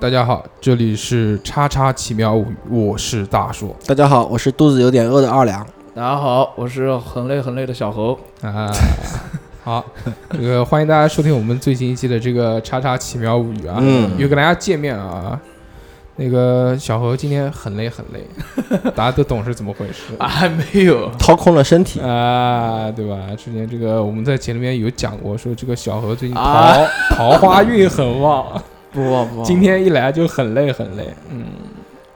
大家好，这里是叉叉奇妙物语，我是大硕大家好，我是肚子有点饿的二两。大家好，我是很累很累的小猴。啊。 好，这个欢迎大家收听我们最新一期的这个叉叉奇妙物语啊，嗯又跟大家见面啊。那个小何今天很累很 累，大家都懂是怎么回事啊， 还没有，掏空了身体，啊，对吧？之前这个我们在节目里面有讲过，说这个小何最近桃、啊桃花运很旺，不忘不忘，今天一来就很累很累，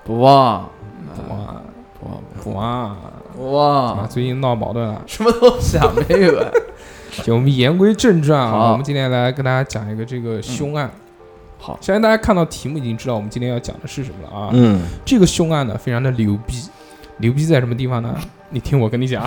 不忘啊不旺不忘不旺不啊！忘，最近闹矛盾了。什么东西啊？没有啊。行，我们言归正传啊，好我们今天来跟大家讲一个这个凶案。好相信大家看到题目已经知道我们今天要讲的是什么了啊。嗯，这个凶案呢，非常的牛逼，牛逼在什么地方呢？你听我跟你讲。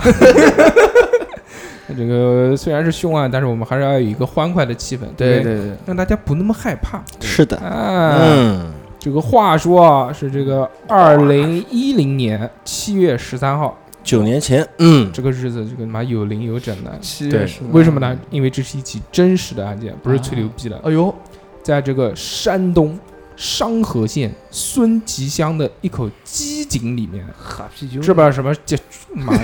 这个虽然是凶案，但是我们还是要有一个欢快的气氛， 对不对，对对，让大家不那么害怕。是的，啊，嗯，这个话说啊，是这个二零一零年七月十三号九年前，嗯，这个日子，这个他妈有零有整的。七对月十三为什么呢？？因为这是一起真实的案件，不是吹牛逼的。哎呦，在这个山东商河县孙集乡的一口机井里面，哈啤酒知不知道什么叫妈？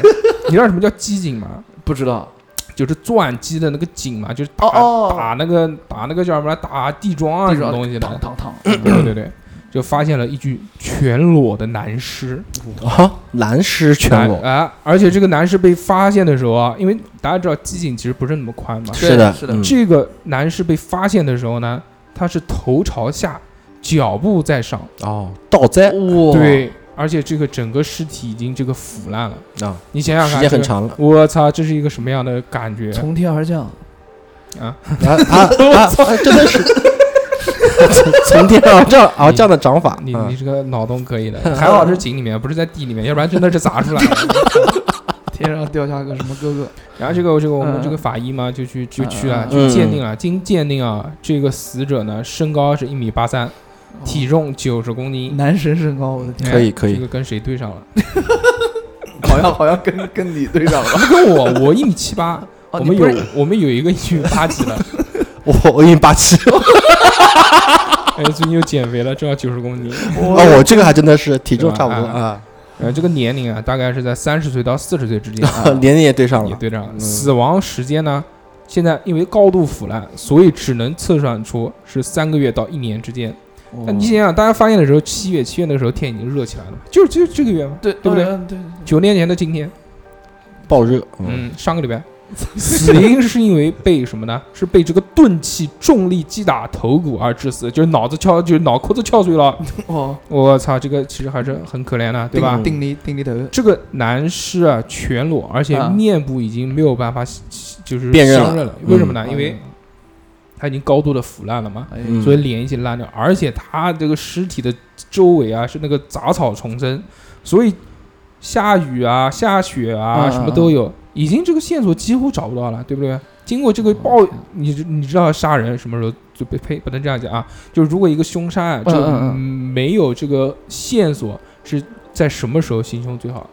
你知道什么叫机井吗？不知道？就是钻机的那个井嘛，就是打哦哦打那个打那个叫什么打地桩啊地什么上东西躺的。躺躺，对对对，就发现了一具全裸的男尸。啊，蓝狮全男裸，啊！而且这个男尸被发现的时候啊，因为大家知道机井其实不是那么宽嘛，是是的，是的嗯这个男士被发现的时候呢，他是头朝下，脚步在上，哦，倒栽嗯哇，对，而且这个整个尸体已经这个腐烂了。啊，你想想看，时间这很个。长 了，我操，这是一个什么样的感觉从天而降，啊？啊啊啊，啊真的是 从从天而降而降的掌法，你嗯你这个脑洞可以的， 还好是井里面，不是在地里面，要不然真的是砸出来了。天上掉下个什么哥哥？然后这个这个我们嗯这个法医嘛，就去就去了，嗯就鉴定了，经鉴定啊，这个死者呢身高是一米八三，体重九十公斤， 男神身高，我的哎天，哦可以可以这个跟谁对上了？好像好像跟跟你对上了。 跟我，我一米七八，哦我们你不有是我们有一个一米八几 的，我我一米八七，哎，最近又减肥了，正好九十公斤。哦，我这个还真的是体重差不多对吧啊，，呃，这个年龄啊，大概是在三十岁到四十岁之间啊 年龄也对上也了，对上了。死亡时间呢，现在因为高度腐烂，所以只能测算出是三个月到一年之间。哦啊那你想想，大家发现的时候，七月，七月那个时候天已经热起来了嘛，就是就是这个月嘛，对对不对嗯对，九年前的今天，爆热，嗯，嗯，上个礼 拜。死因是因为被什么呢？是被这个钝器重力击打头骨而致死，就是脑子敲，就是脑壳子敲碎了。哦，我操，这个其实还是很可怜的，啊对吧？嗯定力定力头，这个男尸啊，全裸，而且啊面部已经没有办法就是辨认了相认了。嗯为什么呢？因为他已经高度的腐烂了嘛，哎嗯所以脸已经烂掉，而且他这个尸体的周围啊是那个杂草丛生，所以下雨啊、下雪啊、嗯嗯什么都有，已经这个线索几乎找不到了，对不对？经过这个报，你知你知道杀人什么时候就被呸，不能这样讲啊。就是如果一个凶杀案就嗯嗯嗯没有这个线索，是在什么时候行凶最好？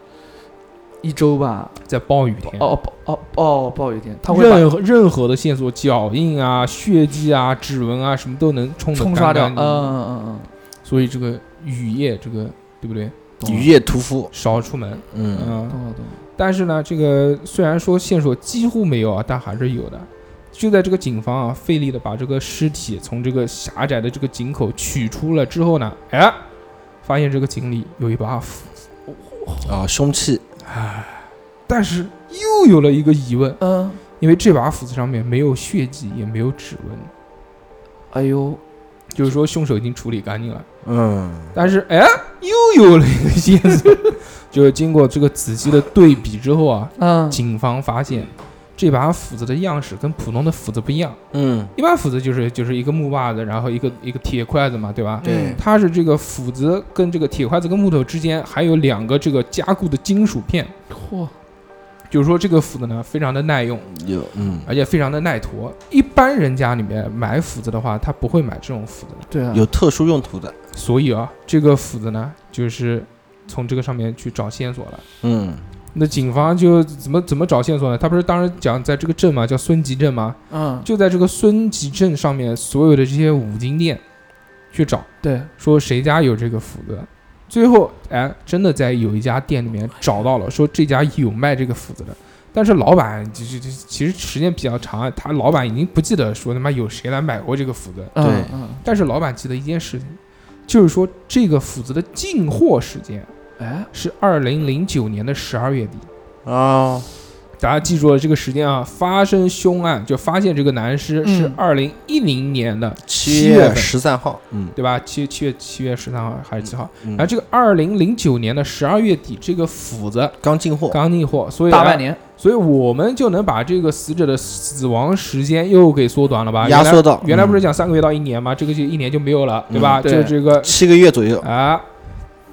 一周吧，在暴雨天。哦暴哦哦暴雨天，他会把任何任何的线索，脚印啊、血迹啊、指纹啊，什么都能冲得冲刷掉，干嗯干净净嗯嗯所以这个雨夜，这个对不对？嗯，雨夜屠夫，少出门，嗯，嗯、懂了懂了，但是呢，这个虽然说线索几乎没有啊，但还是有的。就在这个警方啊费力的把这个尸体从这个狭窄的这个井口取出了之后呢，哎，发现这个井里有一把斧，啊，凶器，但是又有了一个疑问，嗯，因为这把斧子上面没有血迹，也没有指纹，哎呦，就是说凶手已经处理干净了。嗯，但是哎，又有了一个线索， 就是经过这个仔细的对比之后啊，嗯，警方发现这把斧子的样式跟普通的斧子不一样。嗯，一般斧子就是就是一个木把子，然后一个一个铁筷子嘛，对吧？对它是这个斧子跟这个铁筷子跟木头之间还有两个这个加固的金属片，嚯，就是说这个斧子呢非常的耐用，有，嗯，而且非常的耐驮。一般人家里面买斧子的话，他不会买这种斧子的，对啊，有特殊用途的，所以啊，这个斧子呢就是从这个上面去找线索了。嗯，那警方就怎么怎么找线索呢？他不是当时讲在这个镇嘛，叫孙集镇嘛，嗯，就在这个孙集镇上面所有的这些五金店，去找，对，嗯说谁家有这个斧子。最后，哎，真的在有一家店里面找到了，说这家有卖这个斧子的。但是老板其实其实时间比较长，他老板已经不记得说他妈有谁来买过这个斧子，嗯对嗯，但是老板记得一件事情，就是说这个斧子的进货时间哎，是二零零九年的十二月底。啊，大家记住了这个时间啊！发生凶案就发现这个男尸是嗯二零一零年的七月月份十三号，嗯，对吧？七七月七月十三号还是几号？嗯然后这个二零零九年的十二月底，这个斧子刚进货，刚进货，所以大半啊，年，所以我们就能把这个死者的死亡时间又给缩短了吧？压原来缩到原来不是嗯讲三个月到一年吗？这个就一年就没有了，对吧？嗯对就这个七个月左右，啊，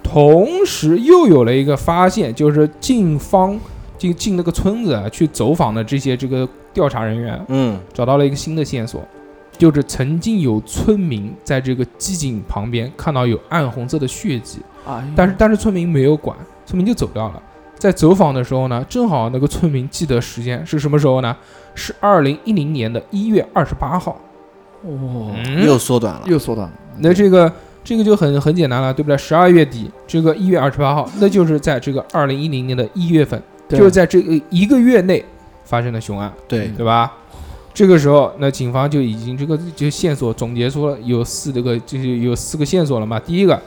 同时又有了一个发现，就是警方进进那个村子啊去走访的这些这个调查人员，嗯，找到了一个新的线索，就是曾经有村民在这个机井旁边看到有暗红色的血迹，哎呦，但是但是村民没有管，村民就走掉了。在走访的时候呢，正好那个村民记得时间是什么时候呢？是二零一零年的一月二十八号。哦，嗯又缩短了，又缩短了，那这个这个就很很简单了，对不对？十二月底，这个一月二十八号，那就是在这个二零一零年的一月份，对就是在这个一个月内发生的凶案，对，对吧？这个时候，那警方就已经这个就线索总结出了有四这个就是有四个线索了嘛。第一个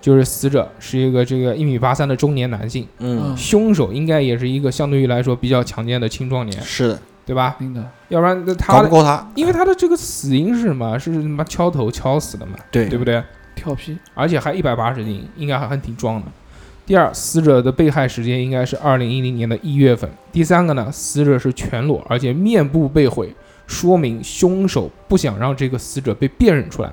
就是死者是一个这个一米八三的中年男性，嗯，嗯凶手应该也是一个相对于来说比较强健的青壮年，是的，对吧？肯定的，要不然那嗯他搞不的过他，因为他的这个死因是什么？是他妈敲头敲死的嘛，对对不对？跳皮，而且还一百八十斤，应该还很挺壮的。第二，死者的被害时间应该是二零一零年的一月份。第三个呢，死者是全裸，而且面部被毁，说明凶手不想让这个死者被辨认出来。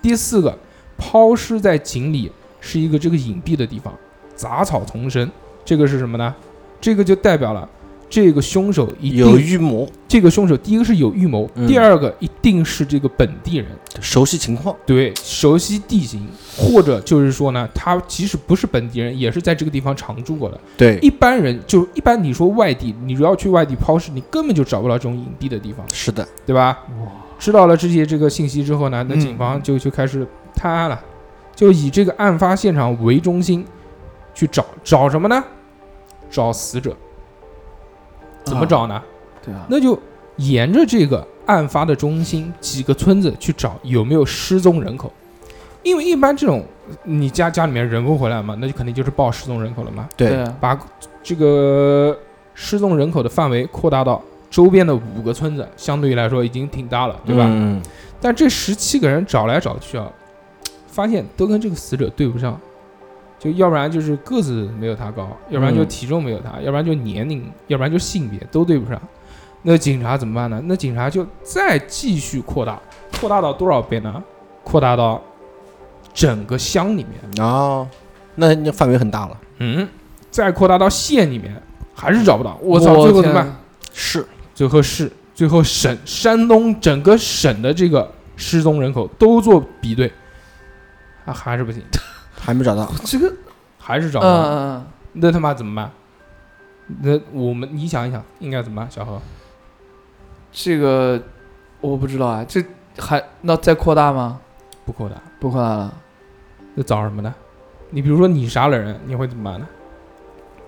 第四个，抛尸在井里是一个这个隐蔽的地方，杂草丛生，这个是什么呢？这个就代表了这个凶手一有定，预谋，这个凶手第一个是有预谋，嗯第二个一定是这个本地人。熟悉情况，对，熟悉地形，或者就是说呢，他即使不是本地人，也是在这个地方常住过的。对，一般人就一般，你说外地，你如要去外地抛尸，你根本就找不到这种隐蔽的地方，是的，对吧？哇，知道了这些这个信息之后呢，那嗯警方就就开始探案了，就以这个案发现场为中心去找找什么呢？找死者，怎么啊？找呢？对啊，那就沿着这个案发的中心几个村子去找有没有失踪人口，因为一般这种你家家里面人不回来嘛，那就肯定就是报失踪人口了嘛。对，啊，把这个失踪人口的范围扩大到周边的五个村子，相对于来说已经挺大了，对吧？嗯，但这十七个人找来找去啊，发现都跟这个死者对不上，就要不然就是个子没有他高，要不然就嗯体重没有他，要不然就年龄，要不然就性别都对不上。那警察怎么办呢？那警察就再继续扩大，扩大到多少倍呢？扩大到整个乡里面，哦，那那范围很大了，嗯，再扩大到县里面，还是找不到。我操！最后怎么办？办？是，最后市，最后省，山东整个省的这个失踪人口都做比对，啊，还是不行， 还没找到，这个，还是找嗯不到，嗯那他妈怎么办？那我们你想一想，应该怎么办？小何，嗯，这个我不知道啊，这还那再扩大吗？不扩大，不扩大了，那找什么呢？你比如说你杀了人，你会怎么办呢？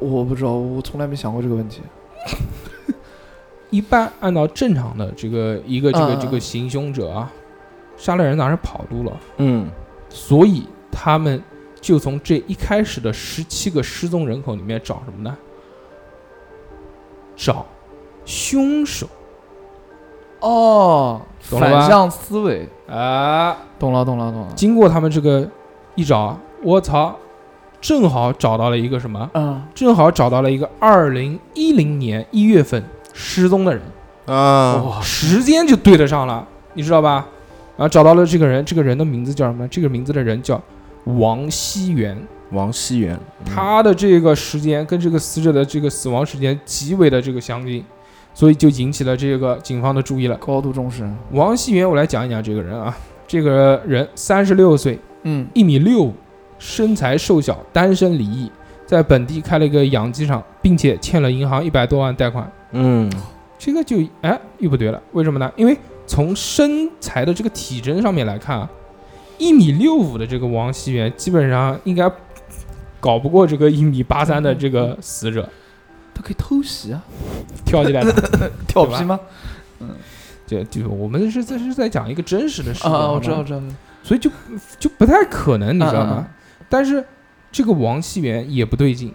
我不知道，我从来没想过这个问题。一般按照正常的这个一个这个嗯嗯嗯这个行凶者啊，杀了人当然跑路了，嗯，所以他们就从这一开始的十七个失踪人口里面找什么呢？找凶手哦，懂了反吧向思维，啊！懂了，懂了，懂了。经过他们这个一找啊，我操，正好找到了一个什么？嗯，正好找到了一个二零一零年一月份失踪的人，啊，哇，时间就对得上了，你知道吧？然后找到了这个人，这个人的名字叫什么？这个名字的人叫王熙元。王熙元，他的这个时间跟这个死者的这个死亡时间极为的这个相近，所以就引起了这个警方的注意了。高度重视。王熙元，我来讲一讲这个人啊，这个人三十六岁，嗯，一米六五，身材瘦小，单身离异，在本地开了一个养鸡场，并且欠了银行一百多万贷款。嗯，这个就哎又不对了，为什么呢？因为从身材的这个体征上面来看啊，一米六五的这个王熙元，基本上应该搞不过这个一米八三的这个死者，他可以偷袭 啊，跳起来打。 跳吧皮吗？这就我们是在是在讲一个真实的事情啊，我好知道，吗我知道，所以就就不太可能，你知道嗯嗯吗？但是这个王熙元也不对劲，嗯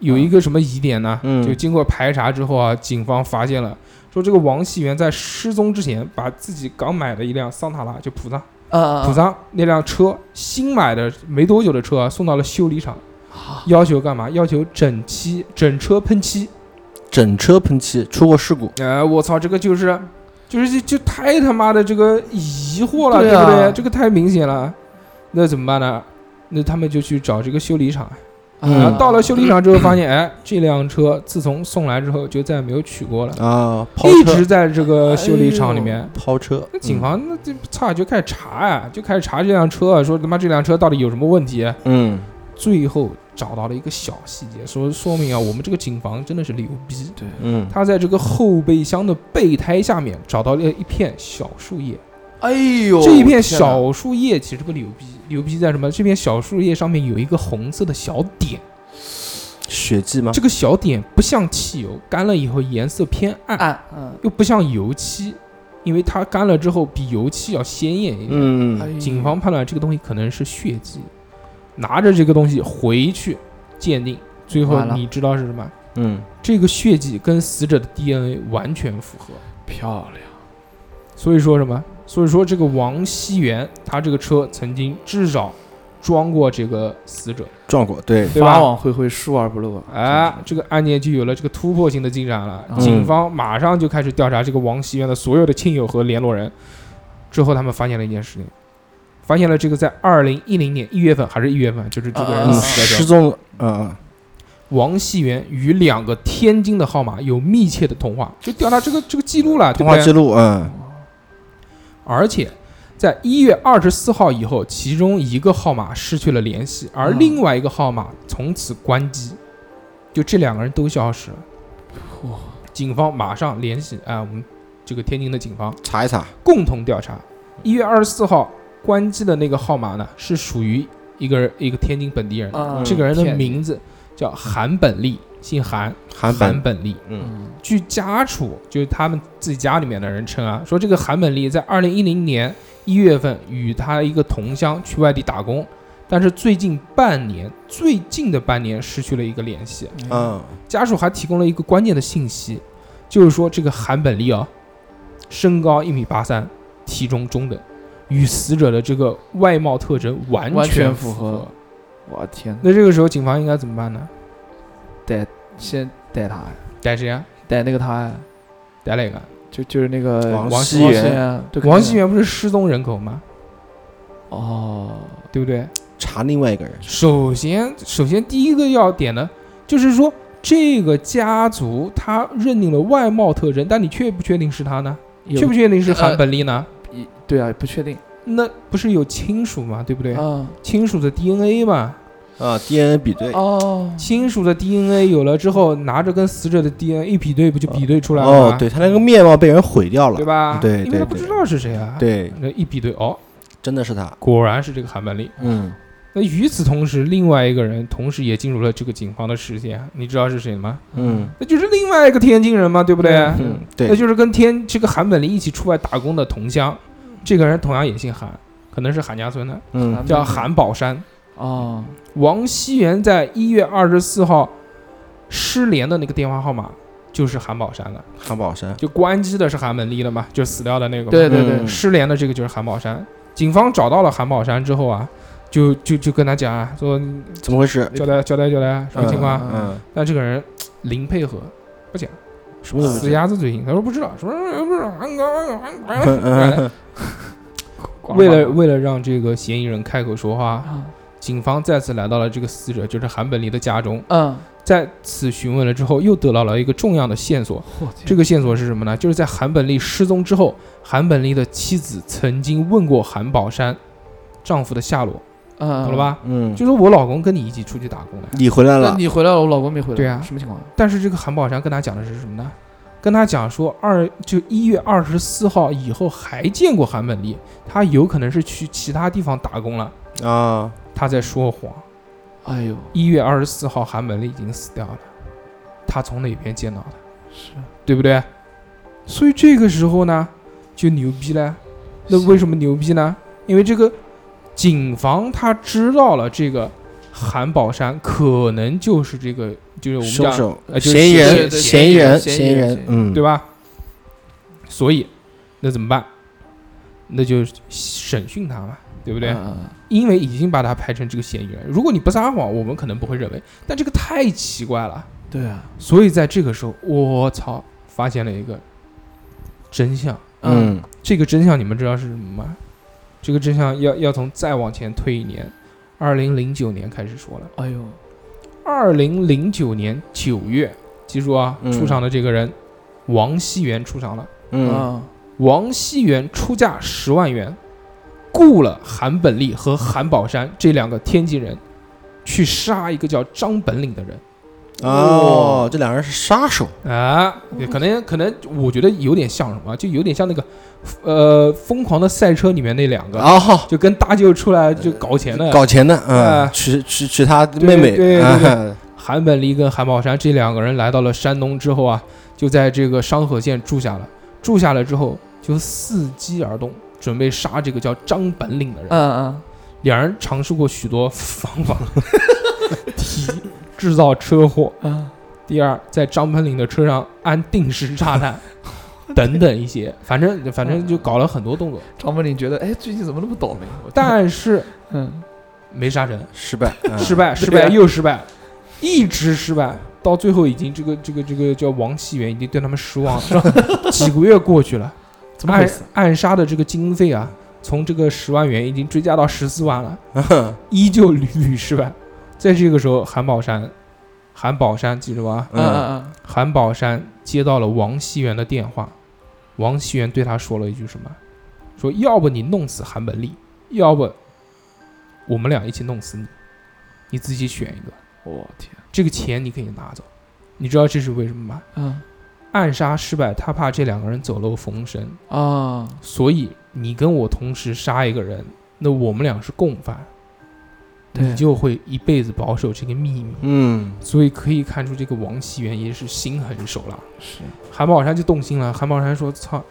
有一个什么疑点呢？嗯就经过排查之后啊，警方发现了，说这个王熙元在失踪之前，把自己刚买的一辆桑塔纳就普桑啊啊，普桑那辆车新买的没多久的车啊，送到了修理厂，啊要求干嘛？要求整漆、整车喷漆。整车喷漆，出过事故，哎，我操，这个就是，就是就就太他妈的这个疑惑了，对对啊不对？这个太明显了，那怎么办呢？那他们就去找这个修理厂，然嗯后到了修理厂之后，发现哎，这辆车自从送来之后就再也没有取过了，啊，抛一车直在这个修理厂里面。抛车，那警方那这操就开始查呀、就开始查这辆车，说他妈这辆车到底有什么问题。嗯，最后找到了一个小细节，说说明啊，我们这个警方真的是牛逼。对，嗯他在这个后备箱的备胎下面找到了一片小树叶，哎呦，这一片天哪小树叶其实不牛逼，牛逼在什么？这片小树叶上面有一个红色的小点，嗯，血迹啊吗？这个小点不像汽油，干了以后颜色偏暗，暗，嗯，又不像油漆，因为它干了之后比油漆要鲜艳一点。嗯，哎呦警方判断这个东西可能是血迹，拿着这个东西回去鉴定，最后完了你知道是什么？嗯，这个血迹跟死者的 DNA 完全符合，漂亮，所以说什么？所以说这个王熙元他这个车曾经至少装过这个死者，撞过，对，对法吧？网恢恢，疏而不漏啊，哎，这个案件就有了这个突破性的进展了。嗯警方马上就开始调查这个王熙元的所有的亲友和联络人。之后，他们发现了一件事情，发现了这个在二零一零年一月份还是一月份，啊就是这个人嗯，死的时失候，踪，嗯王熙元与两个天津的号码有密切的通话，就调查这个这个记录了，嗯，对通不对话记录，嗯，而且在一月二十四号以后，其中一个号码失去了联系，而嗯另外一个号码从此关机，就这两个人都消失了哇。警方马上联系啊、我们这个天津的警方查一查，共同调查。一月二十四号关机的那个号码呢，是属于一个人一个天津本地人的，啊，这个人的天名字叫韩本利，姓韩，韩韩版，本利。嗯，嗯据家属，就是他们自己家里面的人称啊，说这个韩本利在二零一零年一月份与他一个同乡去外地打工，但是最近半年，最近的半年失去了一个联系。嗯，家属还提供了一个关键的信息，就是说这个韩本利啊，身高一米八三，体重中等，与死者的这个外貌特征完完全符符合。我天，那这个时候警方应该怎么办呢？先逮他，逮谁啊？逮那个他呀，逮哪个？就就是那个王王熙元元，对，王熙元不是失踪人口吗？哦，对不对？查另外一个人，首先，首先第一个要点呢，就是说这个家族他认定了外貌特征，但你确不确定是他呢？有确不确定是韩呃本利呢？一对啊，不确定，呃那不是有亲属嘛，对不对？嗯，亲属的 DNA 嘛，啊，DNA 比对，哦，亲属的 DNA 有了之后，拿着跟死者的 DNA 一比对，不就比对出来了吗？哦，对他那个面貌被人毁掉了对，吧？对因为对他不对知道是谁啊。，对，那一比对，哦，真的是他，果然是这个韩本利。嗯，那与此同时，另外一个人同时也进入了这个警方的视线，你知道是谁吗？嗯那就是另外一个天津人嘛，对不对？嗯嗯，那对，就是跟天这个韩本林一起出外打工的同乡，这个人同样也姓韩，可能是韩家村的，嗯叫韩宝山。哦，王熙元在一月二十四号失联的那个电话号码就是韩宝山的，韩宝山，就关机的是韩本利的嘛，就死掉的那个嘛。对对对嗯，失联的这个就是韩宝山。警方找到了韩宝山之后啊，就就就跟他讲啊，说怎么回事？交代交代交代什么情况？嗯，但这个人零配合，不讲。什么都不嗯死知道鸭子嘴硬，他说不知道，说不知道。嗯嗯嗯为了为了让这个嫌疑人开口说话，啊警方再次来到了这个死者就是韩本林的家中，嗯，在此询问了之后，又得到了一个重要的线索。我天这个线索是什么呢？就是在韩本利失踪之后，韩本利的妻子曾经问过韩宝山丈夫的下落，嗯，懂了？吧？嗯，就说我老公跟你一起出去打工的，你回来那了，你回来了，我老公没回来，对啊什么情况？但是这个韩宝山跟他讲的是什么呢？跟他讲说二就一月二十四号以后还见过韩本利，他有可能是去其他地方打工了，啊，他在说谎。哎呦，一月二十四号韩本利已经死掉了，他从哪边见到的？是对不对？所以这个时候呢，就牛逼了。那为什么牛逼呢？因为这个警方他知道了这个韩宝山可能就是这个，就是我们凶讲手呃、就是嫌疑对人，对嫌疑人，嫌疑嫌疑人人嫌疑人，嗯，对吧？所以那怎么办？那就审讯他嘛，对不对？嗯嗯因为已经把他排成这个嫌疑人，如果你不撒谎，我们可能不会认为，但这个太奇怪了。对啊，所以在这个时候，我操，发现了一个真相。嗯，这个真相你们知道是什么吗？这个真相要要从再往前推一年，二零零九年开始说了。哎呦，二零零九年九月，记住啊，嗯出场的这个人，王熙元出场了。嗯啊，王熙元出价十万元，雇了韩本利和韩宝山这两个天津人，去杀一个叫张本领的人。哦，这两人是杀手，啊，也可能可能，我觉得有点像什么，就有点像那个，呃，疯狂的赛车里面那两个，哦，就跟搭舅出来就搞钱的，搞钱的，啊嗯，娶娶娶他妹妹，对对对对啊韩本利跟韩宝山这两个人来到了山东之后啊，就在这个商河县住下了，住下了之后就伺机而动，准备杀这个叫张本领的人。嗯嗯，两人尝试过许多方法，第一，制造车祸，啊，第二，在张本岭的车上安定时炸弹，等等一些，反正反正就搞了很多动作，张本领觉得，哎，最近怎么那么倒霉？我但是嗯，没杀成， 失败，嗯失败，失败又失败，一直失败，到最后已经这个这个这个叫王熙元已经对他们失望 了。几个月过去了，怎么回暗事？暗杀的这个经费啊，从这个十万元已经追加到十四万了， 嗯依旧屡屡失败。在这个时候，韩宝山，韩宝山记住啊，嗯嗯韩宝山接到了王熙元的电话，王熙元对他说了一句什么？说要不你弄死韩本利，要不我们俩一起弄死你，你自己选一个。嗯，我天，这个钱你可以拿走，你知道这是为什么吗？嗯暗杀失败，他怕这两个人走漏风声，啊，所以你跟我同时杀一个人，那我们俩是共犯，对你就会一辈子保守这个秘密。嗯，所以可以看出，这个王熙元也是心狠手辣。 是，韩宝山就动心了。韩宝山说：“操，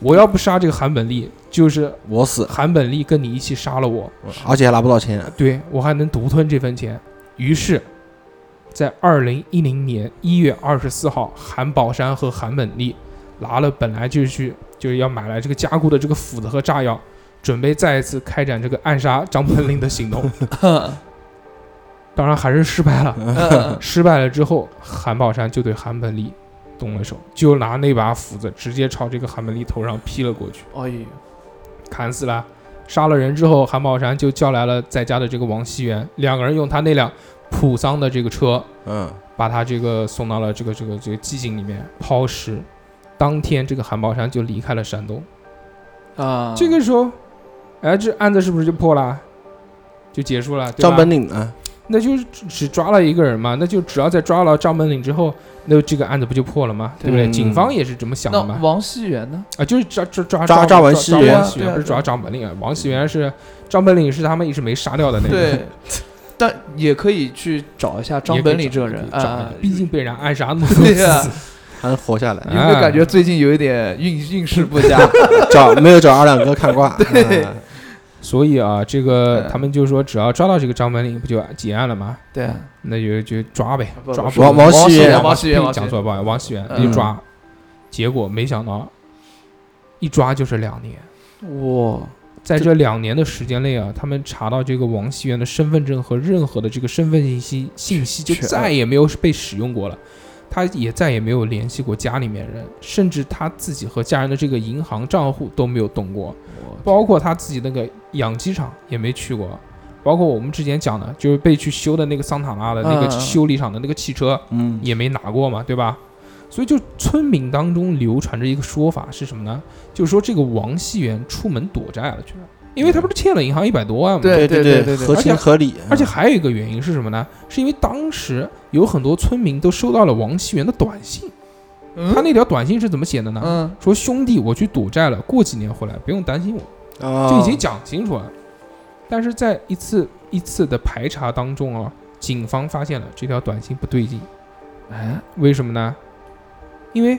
我要不杀这个韩本利，就是我死，韩本利跟你一起杀了我，而且还拿不到钱，对我还能独吞这份钱。”于是，在二零一零年一月二十四号，韩宝山和韩本利拿了本来就是去就是要买来这个加固的这个斧子和炸药，准备再一次开展这个暗杀张本令的行动。嗯当然还是失败了。 嗯失败了之后，韩宝山就对韩本利动了手，就拿那把斧子直接朝这个韩本利头上劈了过去，哎呦，砍死了。杀了人之后，韩宝山就叫来了在家的这个王熙元，两个人用他那辆普桑的这个车，嗯，把他这个送到了这个这个这个寂静里面抛尸。当天，这个韩宝山就离开了山东。啊，这个时候，哎，这案子是不是就破了？就结束了，对吧张本领啊，那就是只只抓了一个人嘛，那就只要再抓了张本岭之后，那这个案子不就破了吗？对不对？嗯警方也是这么想那的嘛。王熙元呢？啊，就是抓抓抓抓抓抓王熙熙元元，对啊不是对啊抓张本岭啊，王熙元是张本岭是他们一直没杀掉的那个。 对，但也可以去找一下张本领这个人也可以找啊， 毕竟被人暗杀那么多对 啊呀次，还能活下来，有没有啊感觉最近有一点运运势不 佳？找没有找二两哥看卦，啊嗯所以啊，这对个他们就说只要抓到这个张本岭，不就结案了吗？对啊，那就就抓呗不，抓不捕王王熙元王熙元，王熙讲元，错，不好意思，王熙元嗯一抓，结果没想到一抓就是两年。哇，在这两年的时间内啊，他们查到这个王熙元的身份证和任何的这个身份信息信息就全呃再也没有被使用过了，他也再也没有联系过家里面人，甚至他自己和家人的这个银行账户都没有动过，我包括他自己那个养鸡场也没去过，包括我们之前讲的，就是被去修的那个桑塔纳的那嗯嗯个嗯修理厂的那个汽车，嗯，也没拿过嘛，对吧？所以就村民当中流传着一个说法是什么呢？就是说这个王熙元出门躲债了去了，因为他不是欠了银行一百多万嘛。对对对对对合情而且合理，而且还有一个原因是什么呢？是因为当时有很多村民都收到了王熙元的短信，嗯他那条短信是怎么写的呢？嗯说兄弟，我去赌债了，过几年回来，不用担心我。啊嗯就已经讲清楚了。但是在一次一次的排查当中啊，警方发现了这条短信不对劲，哎为什么呢？因为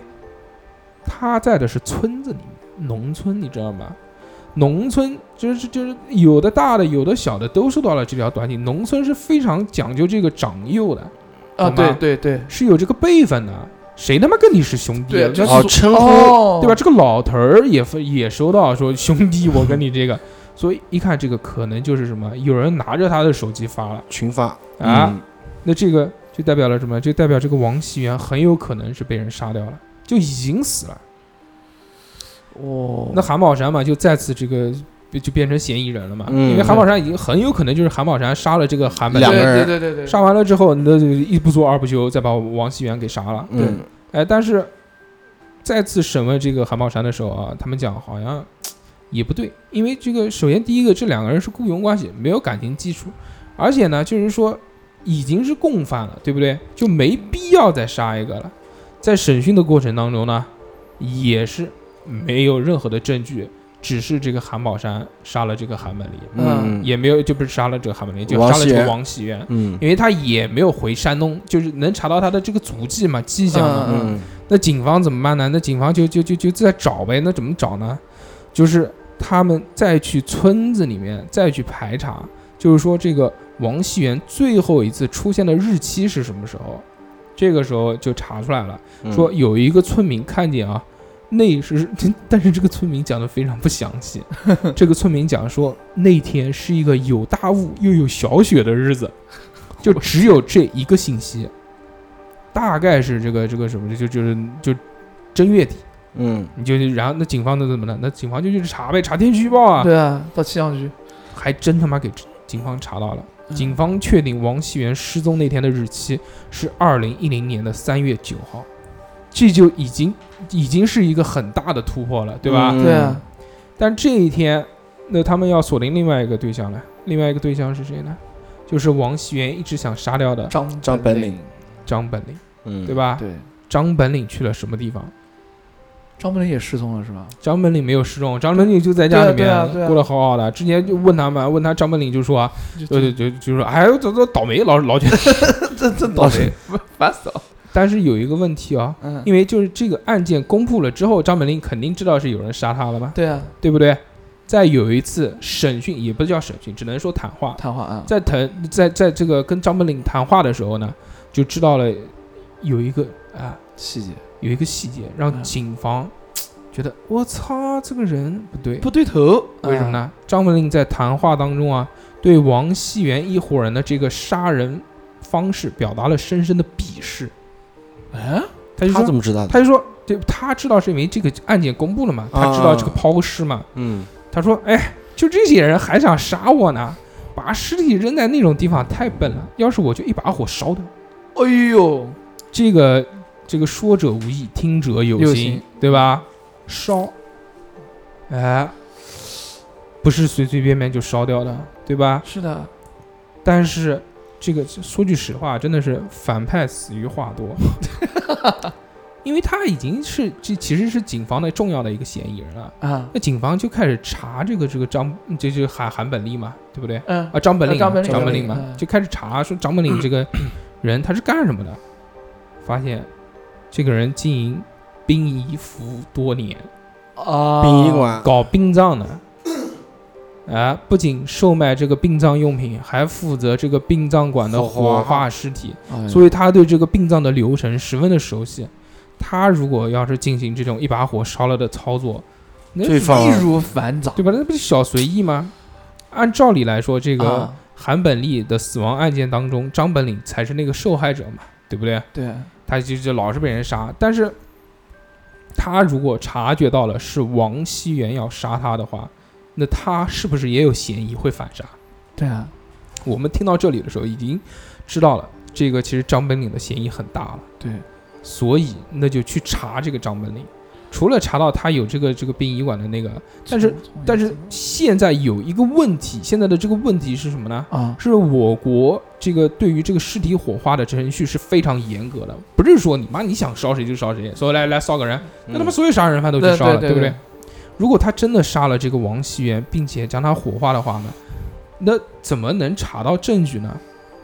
他在的是村子里面，农村，你知道吗？农村就是就是有的大的有的小的都收到了这条短信。农村是非常讲究这个长幼的，啊，懂对吗对对是有这个辈分的。谁他妈跟你是兄弟啊？对，就那哦是称呼哦对吧？？这个老头儿也分也收到说兄弟，我跟你这个， 所以一看这个可能就是什么，有人拿着他的手机发了群发啊，嗯那这个就代表了什么？就代表这个王熙元很有可能是被人杀掉了，就已经死了。哦，那韩宝山嘛，就再次这个就变成嫌疑人了嘛，嗯因为韩宝山已经很有可能就是韩宝山杀了这个韩本两来，个对人对对对对，杀完了之后，那就一不做二不休，再把王熙元给杀了。嗯哎，但是再次审问这个韩宝山的时候啊，他们讲好像也不对，因为这个首先第一个，这两个人是雇佣关系，没有感情基础，而且呢，就是说已经是共犯了，对不对？就没必要再杀一个了。在审讯的过程当中呢，也是没有任何的证据，只是这个韩宝山杀了这个韩本林，嗯也没有就不是杀了这个韩本林，就王杀了熙这个元王熙元，嗯因为他也没有回山东，就是能查到他的这个足迹嘛、迹象嘛。嗯那警方怎么办呢？那警方就就就就在找呗。那怎么找呢？就是他们再去村子里面再去排查，就是说这个王熙元最后一次出现的日期是什么时候？这个时候就查出来了，嗯说有一个村民看见啊，那是， 但是这个村民讲的非常不详细。这个村民讲说那天是一个有大雾又有小雪的日子，就只有这一个信息，大概是这个这个什么，就就是就正月底，嗯你就然后那警方那怎么了？那警方就去查呗，查天气预报啊，对啊，到气象局，还真他妈给警方查到了。嗯警方确定王熙元失踪那天的日期是二零一零年的三月九号，这就已经已经是一个很大的突破了，对吧？嗯对啊，但这一天，那他们要锁定另外一个对象了，另外一个对象是谁呢？就是王熙元一直想杀掉的张张本领，张本领，嗯对吧？对，张本领去了什么地方？张本领也失踪了是吧？张本领没有失踪，张本领就在家里对面啊对啊对啊过得好好的。之前就问他们，问他张本领就说啊，就就就就说，哎，这这倒霉，老老觉得。 这这倒霉，烦死了。但是有一个问题啊，嗯，因为就是这个案件公布了之后，张本林肯定知道是有人杀他了嘛，对啊，对不对？在有一次审讯，也不叫审讯，只能说谈话，谈话啊，在谈在在这个跟张本林谈话的时候呢，就知道了有一个啊细节有一个细节，嗯让警方觉得我操这个人不对，不对头，为什么呢？嗯张本林在谈话当中啊，对王熙元一伙人的这个杀人方式表达了深深的鄙视，嗯？哎，他就他说怎么知道的？他就说，这他知道是因为这个案件公布了嘛，他知道这个抛尸嘛。嗯他说，哎，就这些人还想杀我呢，把尸体扔在那种地方太笨了，要是我就一把火烧掉。哎呦，这个这个说者无意，听者有心，有心对吧？烧，哎，不是随随便便就烧掉的，对吧？是的，但是这个说句实话，真的是反派死于话 多，因为他已经是这其实是警方的重要的一个嫌疑人了。啊，那警方就开始查这个这个张，这就是韩韩本利嘛，对不对？嗯啊，张本领，啊张本领张本领张嘛本领，嗯就开始查说张本领这 个人他是干什么的，发现这个人经营殡仪服务多年，啊，殡仪馆搞殡葬的，啊，不仅售卖这个殡葬用品，还负责这个殡葬馆的火火化嗯化尸体，哎呦，所以他对这个殡葬的流程十分的熟悉。他如果要是进行这种一把火烧了的操作，那罪犯易如反掌。对吧？那不是小随意吗？按照理来说，这个啊韩本利的死亡案件当中，张本领才是那个受害者嘛，对不对？对，啊他就就老是被人杀，但是他如果察觉到了是王熙元要杀他的话，那他是不是也有嫌疑会反杀？对啊，我们听到这里的时候已经知道了，这个其实张本领的嫌疑很大了，对，所以那就去查这个张本领。除了查到他有这个这个殡仪馆的那个，但是但是现在有一个问题，现在的这个问题是什么呢？啊，是我国这个对于这个尸体火化的程序是非常严格的，不是说你妈你想烧谁就烧谁，所以来来烧个人，那他妈所有杀人犯都去对烧了，嗯对对不对对？如果他真的杀了这个王熙元，并且将他火化的话呢，那怎么能查到证据呢？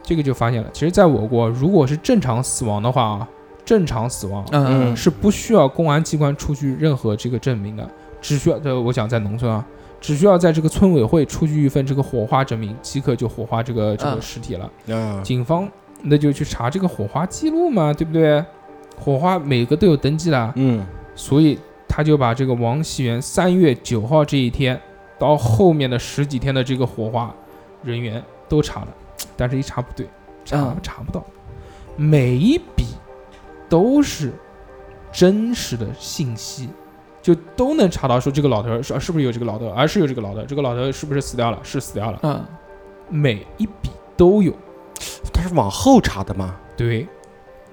这个就发现了，其实在我国，如果是正常死亡的话啊，正常死亡啊嗯是不需要公安机关出具任何这个证明的，只需要呃，我想在农村啊，只需要在这个村委会出具一份这个火化证明，即可就火化这个这个嗯尸体了。啊，警方那就去查这个火化记录嘛，对不对？火化每个都有登记的啊，嗯，所以他就把这个王熙元三月九号这一天到后面的十几天的这个火化人员都查了，但是一查不对，查嗯查不到，每一笔都是真实的信息。就都能查到说这个老头儿是是不是有这个老头儿，而、是有这个老头儿，这个老头儿是不是死掉了？是死掉了，嗯，每一笔都有。他是往后查的嘛？对，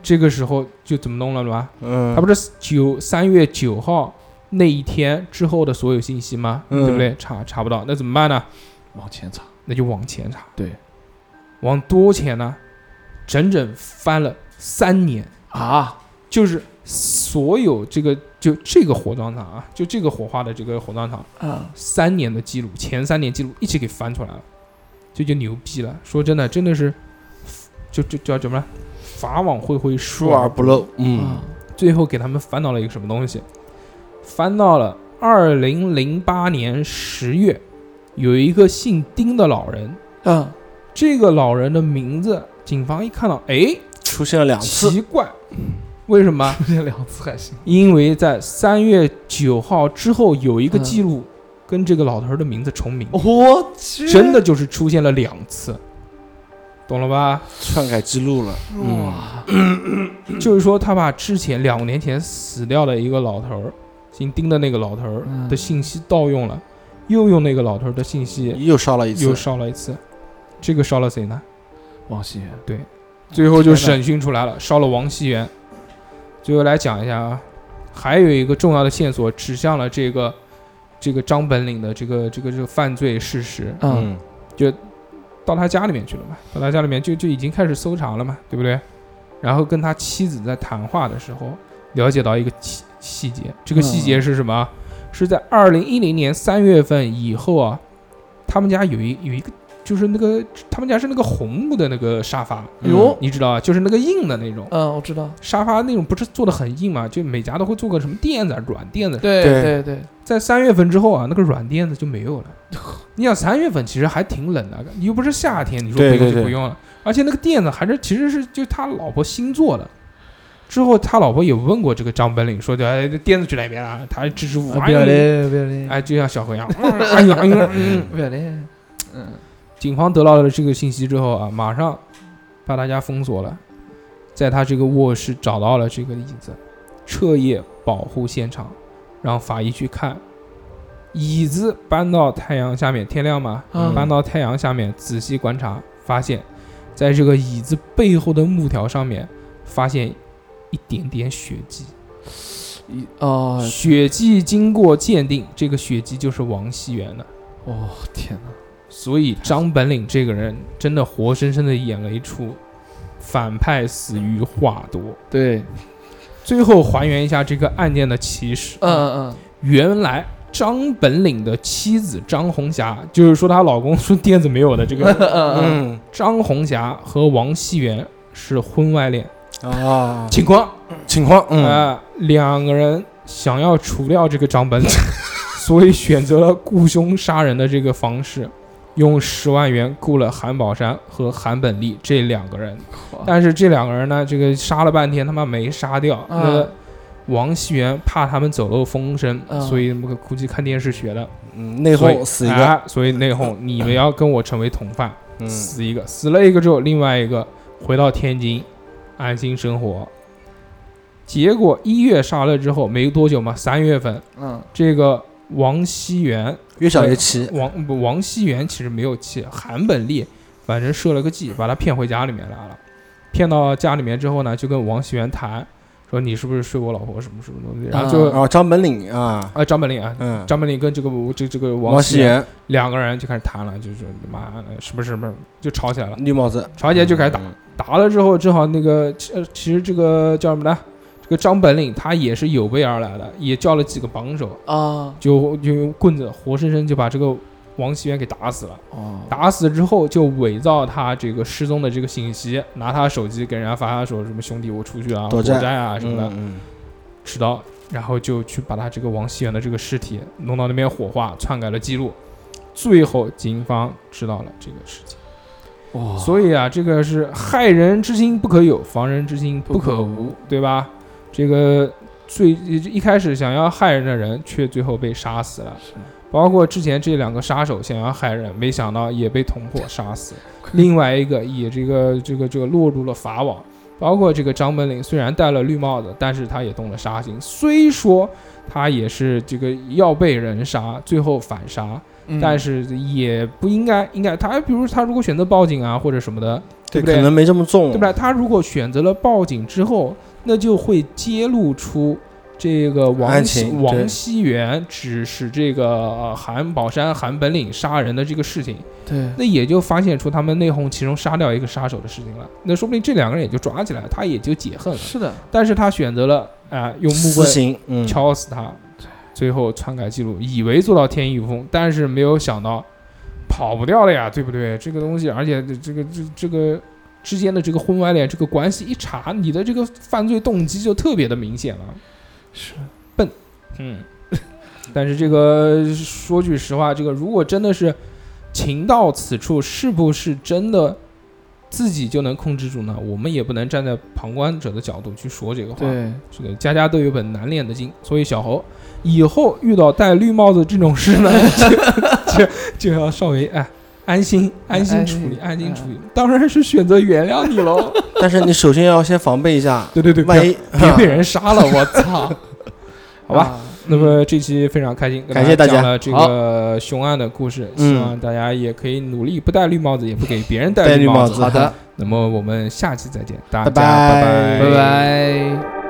这个时候就怎么弄了吧？嗯，他不是九三月九号那一天之后的所有信息吗？嗯对不对？查查不到，那怎么办呢？往前查，那就往前查。对，往多前呢，整整翻了三年，啊，就是所有这个就这个火葬场啊，就这个火化的这个火葬场，嗯，三年的记录，前三年记录一起给翻出来了，这就牛逼了。说真的，真的是，就就叫什么呢？法网恢恢，疏疏而不漏。嗯啊，最后给他们翻到了一个什么东西，翻到了二零零八年十月，有一个姓丁的老人，嗯，这个老人的名字，警方一看到，哎，出现了两次，奇怪，为什么？出现两次还行，因为在三月九号之后有一个记录跟这个老头儿的名字重名，哦我去真的就是出现了两次，懂了吧？篡改记录了。嗯，哇，就是说他把之前两年前死掉的一个老头儿，姓丁的那个老头儿嗯的信息盗用了，又用那个老头儿的信息又烧了一次又，烧了一次，这个烧了谁呢？王熙元，最后就天哪审讯出来了，烧了王熙元。最后来讲一下啊，还有一个重要的线索指向了这个这个张本领的这个这个这个犯罪事实，嗯，嗯，到他家里面去了嘛，到他家里面就就已经开始搜查了嘛，对不对？然后跟他妻子在谈话的时候，了解到一个细细节，这个细节是什么啊？是在二零一零年三月份以后啊，他们家有一有一个，就是那个他们家是那个红木的那个沙发，嗯哟，你知道啊，就是那个硬的那种嗯，我知道，沙发，那种不是做的很硬嘛，就每家都会做个什么垫子啊、软垫子。对对对对，在三月份之后啊，那个软垫子就没有了。你想三月份其实还挺冷的，你又不是夏天，你说不对用对就对不用了。而且那个垫子还是其实是就他老婆新做的。之后他老婆也问过这个张本领，说的哎，垫子去哪边啊？他支支吾吾，啊哎不要呦嘞，不要嘞，哎，就像小何一样，嗯哎呦哎呦。嗯不要嘞，嗯，警方得到了这个信息之后啊，马上把他家封锁了，在他这个卧室找到了这个椅子，彻夜保护现场，让法医去看。椅子搬到太阳下面，天亮嘛，嗯搬到太阳下面仔细观察，发现，在这个椅子背后的木条上面发现一点点血迹，一哦，血迹经过鉴定，这个血迹就是王熙元的。哦，天哪，所以张本领这个人真的活生生的演了一出反派死于话多。对，最后还原一下这个案件的起始。嗯，嗯原来张本领的妻子张红霞，就是说她老公说垫子没有的这嗯个嗯嗯，嗯张红霞和王熙元是婚外恋嗯啊，情况，情况啊，嗯，两个人想要除掉这个张本领， 所以选择了雇凶杀人的这个方式，用十万元雇了韩宝山和韩本利这两个人。啊但是这两个人呢，这个杀了半天，他妈没杀掉。嗯啊那王熙元怕他们走漏风声，嗯所以我估计看电视学的，嗯，啊内所以讧死一个，哎所以内讧，你们要跟我成为同犯，嗯，死一个，死了一个之后，另外一个回到天津，安心生活。结果一月杀了之后没多久嘛，三月份嗯这个王熙元越想越气，王不王熙元其实没有气，韩本利反正设了个计，把他骗回家里面来了。骗到家里面之后呢，就跟王熙元谈，说你是不是睡我老婆什么什么东西，啊然后就哦，张本岭啊，啊张本岭啊，嗯，张本岭跟这个这这个王王熙熙元两个人就开始谈了，就是妈的什么什么就吵起来了，绿帽子，吵起来就开始打，嗯打了之后正好那个其呃其实这个叫什么呢？这个张本岭他也是有备而来的，也叫了几个帮手，啊，就就用棍子活生生就把这个王熙元给打死了。哦，打死之后就伪造他这个失踪的这个信息，拿他手机给人家发说什么兄弟我出去了，躲躲债啊什么的，嗯持刀，然后就去把他这个王熙元的这个尸体弄到那边火化，篡改了记录。最后警方知道了这个事情，哇，所以啊，这个是害人之心不可有，防人之心不可无，对吧？这个最一开始想要害人的人，却最后被杀死了。包括之前这两个杀手想要害人，没想到也被捅破杀死。另外一个也这个这个这个落入了法网。包括这个张本岭虽然戴了绿帽子，但是他也动了杀心。虽说他也是这个要被人杀，最后反杀，嗯但是也不应该应该他比如他如果选择报警啊或者什么的，对对，不对可能没这么重，对吧？他如果选择了报警之后，那就会揭露出这个王案熙情对王熙元指使这个呃韩宝山、韩本岭杀人的这个事情，对，那也就发现出他们内讧其中杀掉一个杀手的事情了。那说不定这两个人也就抓起来了，他也就解恨了。是的，但是他选择了啊、呃用木私棍刑，嗯，敲死他，最后篡改记录，以为做到天衣无缝，但是没有想到跑不掉了呀，对不对？这个东西，而且这这个这这个之间的这个婚外恋这个关系一查，你的这个犯罪动机就特别的明显了。是嗯，但是这个说句实话，这个如果真的是情到此处，是不是真的自己就能控制住呢？我们也不能站在旁观者的角度去说这个话。对，是的，家家都有本难念的经，所以小猴以后遇到戴绿帽子这种事呢， 就就就要稍微哎安心安心处理，哎安心处嗯理。当然是选择原谅你 喽。但是你首先要先防备一下，对对对，万一别别被人杀了，我 操！好吧，啊，那么这期非常开心，跟感谢大家讲了这个凶案的故事，嗯希望大家也可以努力不戴绿帽子，也不给别人戴戴绿帽帽子好的，那么我们下期再见，大家拜拜拜拜拜。